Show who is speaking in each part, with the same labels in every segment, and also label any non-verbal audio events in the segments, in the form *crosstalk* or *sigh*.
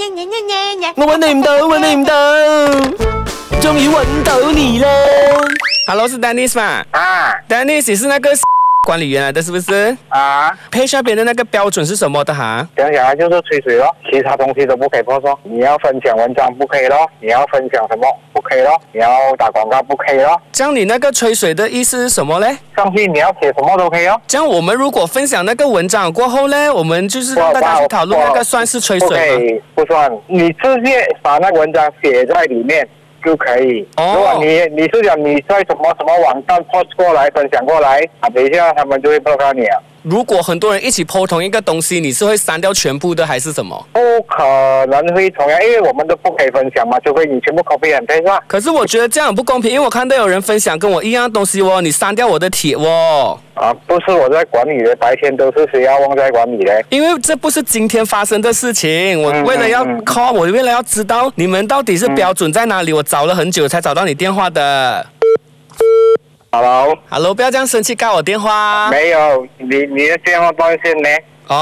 Speaker 1: 嘅。
Speaker 2: 我揾你唔到，揾你唔到，终于揾到你啦！Hello，是 Dennis 嘛
Speaker 3: 啊
Speaker 2: ？Dennis 你是那个管理员来的，是不是？
Speaker 3: 啊，
Speaker 2: 配那边的那个标准是什么的哈？
Speaker 3: 讲起来就是吹水咯，其他东西都不可以播送。你要分享文章不可以咯，你要分享什么不可以咯，你要打广告不可以咯，
Speaker 2: 这样你那个吹水的意思是什么嘞？
Speaker 3: 上去你要写什么都可以哦。
Speaker 2: 这样我们如果分享那个文章过后呢，我们就是让大家去讨论那个算是吹
Speaker 3: 不可
Speaker 2: 水吗？
Speaker 3: 以，不算。你直接把那个文章写在里面就可以。
Speaker 2: 哦
Speaker 3: 如果你你是讲你在什么什么网站 post 过来分享过来，啊，等一下他们就会报告你啊。
Speaker 2: 如果很多人一起剖同一个东西，你是会删掉全部的还是什么？
Speaker 3: 不可能会同样，因为我们都不可以分享嘛，除非你全部 copy and paste 啊。
Speaker 2: 可是我觉得这样很不公平，因为我看到有人分享跟我一样的东西哦，你删掉我的帖哦，
Speaker 3: 啊，不是我在管理的，白天都是谁要忘在管理的。
Speaker 2: 因为这不是今天发生的事情。我
Speaker 3: 嗯
Speaker 2: 为了要
Speaker 3: 嗯嗯
Speaker 2: call，我为了要知道你们到底是标准在哪里，我找了很久才找到你电话的。
Speaker 3: Hello，、
Speaker 2: Hello，不要这样生气，挂我电话。
Speaker 3: 没有，你你的电话断线呢？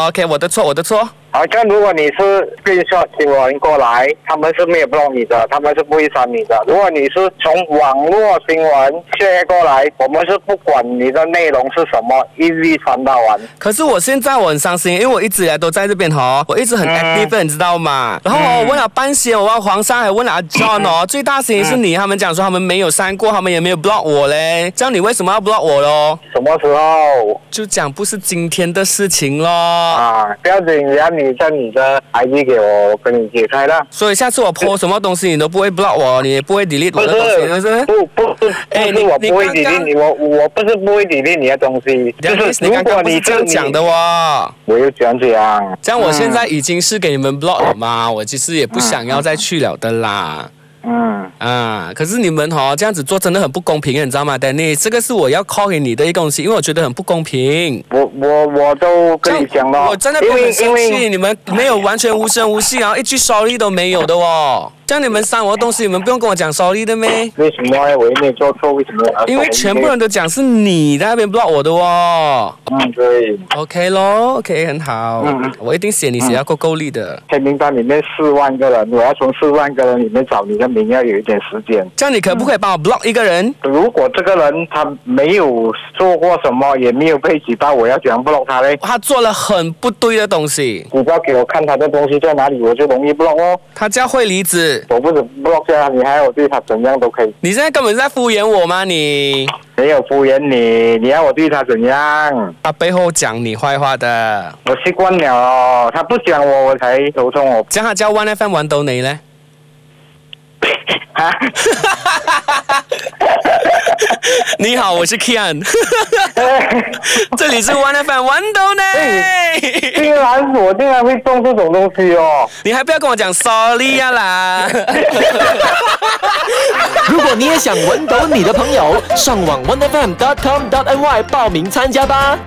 Speaker 2: OK，我的错，我的错。
Speaker 3: 好像如果你是变说新闻过来，他们是没有 block 你的，他们是不会删你的。如果你是从网络新闻切过来，我们是不管你的内容是什么，一律传到完。
Speaker 2: 可是我现在我很伤心，因为我一直以来都在这边哦，我一直很
Speaker 3: 嗯
Speaker 2: active，、的，你知道吗？然后哦我问了半仙，我问黄山，还问了阿 John
Speaker 3: 嗯
Speaker 2: 哦，最大声音是你，他们讲说他们没有删过，他们也没有 block 我嘞，这样你为什么要 block 我咯？
Speaker 3: 什么时候
Speaker 2: 就讲不是今天的事情咯。
Speaker 3: 啊？不要紧，然后你将你的 ID 给我，我跟你解开了。
Speaker 2: 所以下次我 po 什么东西你都不会 block 我，你也不会 delete
Speaker 3: 不
Speaker 2: 我的东西，
Speaker 3: 是
Speaker 2: 是不是？
Speaker 3: 不不是，
Speaker 2: 哎
Speaker 3: 不
Speaker 2: 你
Speaker 3: 是我
Speaker 2: 你
Speaker 3: 不会
Speaker 2: 刚
Speaker 3: 抵
Speaker 2: 刚
Speaker 3: 定你，我我不是不会抵定你的东西，就
Speaker 2: 梁律师
Speaker 3: 是
Speaker 2: 你
Speaker 3: 如
Speaker 2: 刚
Speaker 3: 果
Speaker 2: 刚不是这样讲的，哦。
Speaker 3: 我又讲讲，
Speaker 2: 这样我现在已经是给你们 block 了嘛，我其实也不想要再去了的啦。
Speaker 3: 嗯，
Speaker 2: 啊，可是你们哦，这样子做真的很不公平，你知道吗，Danny？这个是我要 call 给你的一个东西，因为我觉得很不公平。
Speaker 3: 我我我都跟你讲了，
Speaker 2: 我真的
Speaker 3: 因为
Speaker 2: 很
Speaker 3: 因
Speaker 2: 生气，
Speaker 3: 为
Speaker 2: 你们没有完全无声无息，然后一句 sorry 都没有的哦。这样你们删我的东西，你们不用跟我讲 sorry 的咩？
Speaker 3: 为什么我也没有做错，为什么 *laughs* 要
Speaker 2: 因为全部人都讲是你在那边 block 我的哦。
Speaker 3: 嗯对，
Speaker 2: OK 咯，OK 很好，
Speaker 3: 嗯嗯
Speaker 2: 我一定写你写到够够力的。
Speaker 3: 黑名单里面四万个人，我要从四万个人里面找你的名，要有一点时间。
Speaker 2: 这样你可不可以帮我 block 一个人？
Speaker 3: 如果这个人他没有做过什么，也没有被举报，我要怎样 block 他嘞？
Speaker 2: 他做了很不对的东西，
Speaker 3: 举报给我看他的东西在哪里，我就容易 block 哦。
Speaker 2: 他叫惠离子。
Speaker 3: 我不止 block 掉你，还有对他怎样都可以，
Speaker 2: 你现在根本是在敷衍我吗你？
Speaker 3: 没有敷衍你，你要我对他怎样？
Speaker 2: 他背后讲你坏话的，
Speaker 3: 我习惯了哦，他不讲我，我才头痛我。 *laughs*
Speaker 2: 这样他叫 One FM 玩斗你呢？
Speaker 3: 哈，
Speaker 2: 你好，我是 Kian，这里是 One FM 玩斗你。
Speaker 3: 竟然我竟然会动这种东西哦！
Speaker 2: *laughs* 你还不要跟我讲 sorry 呀、啦！
Speaker 4: 如果你也想揾到你的朋友，上网 onefm.com.ny 报名参加吧。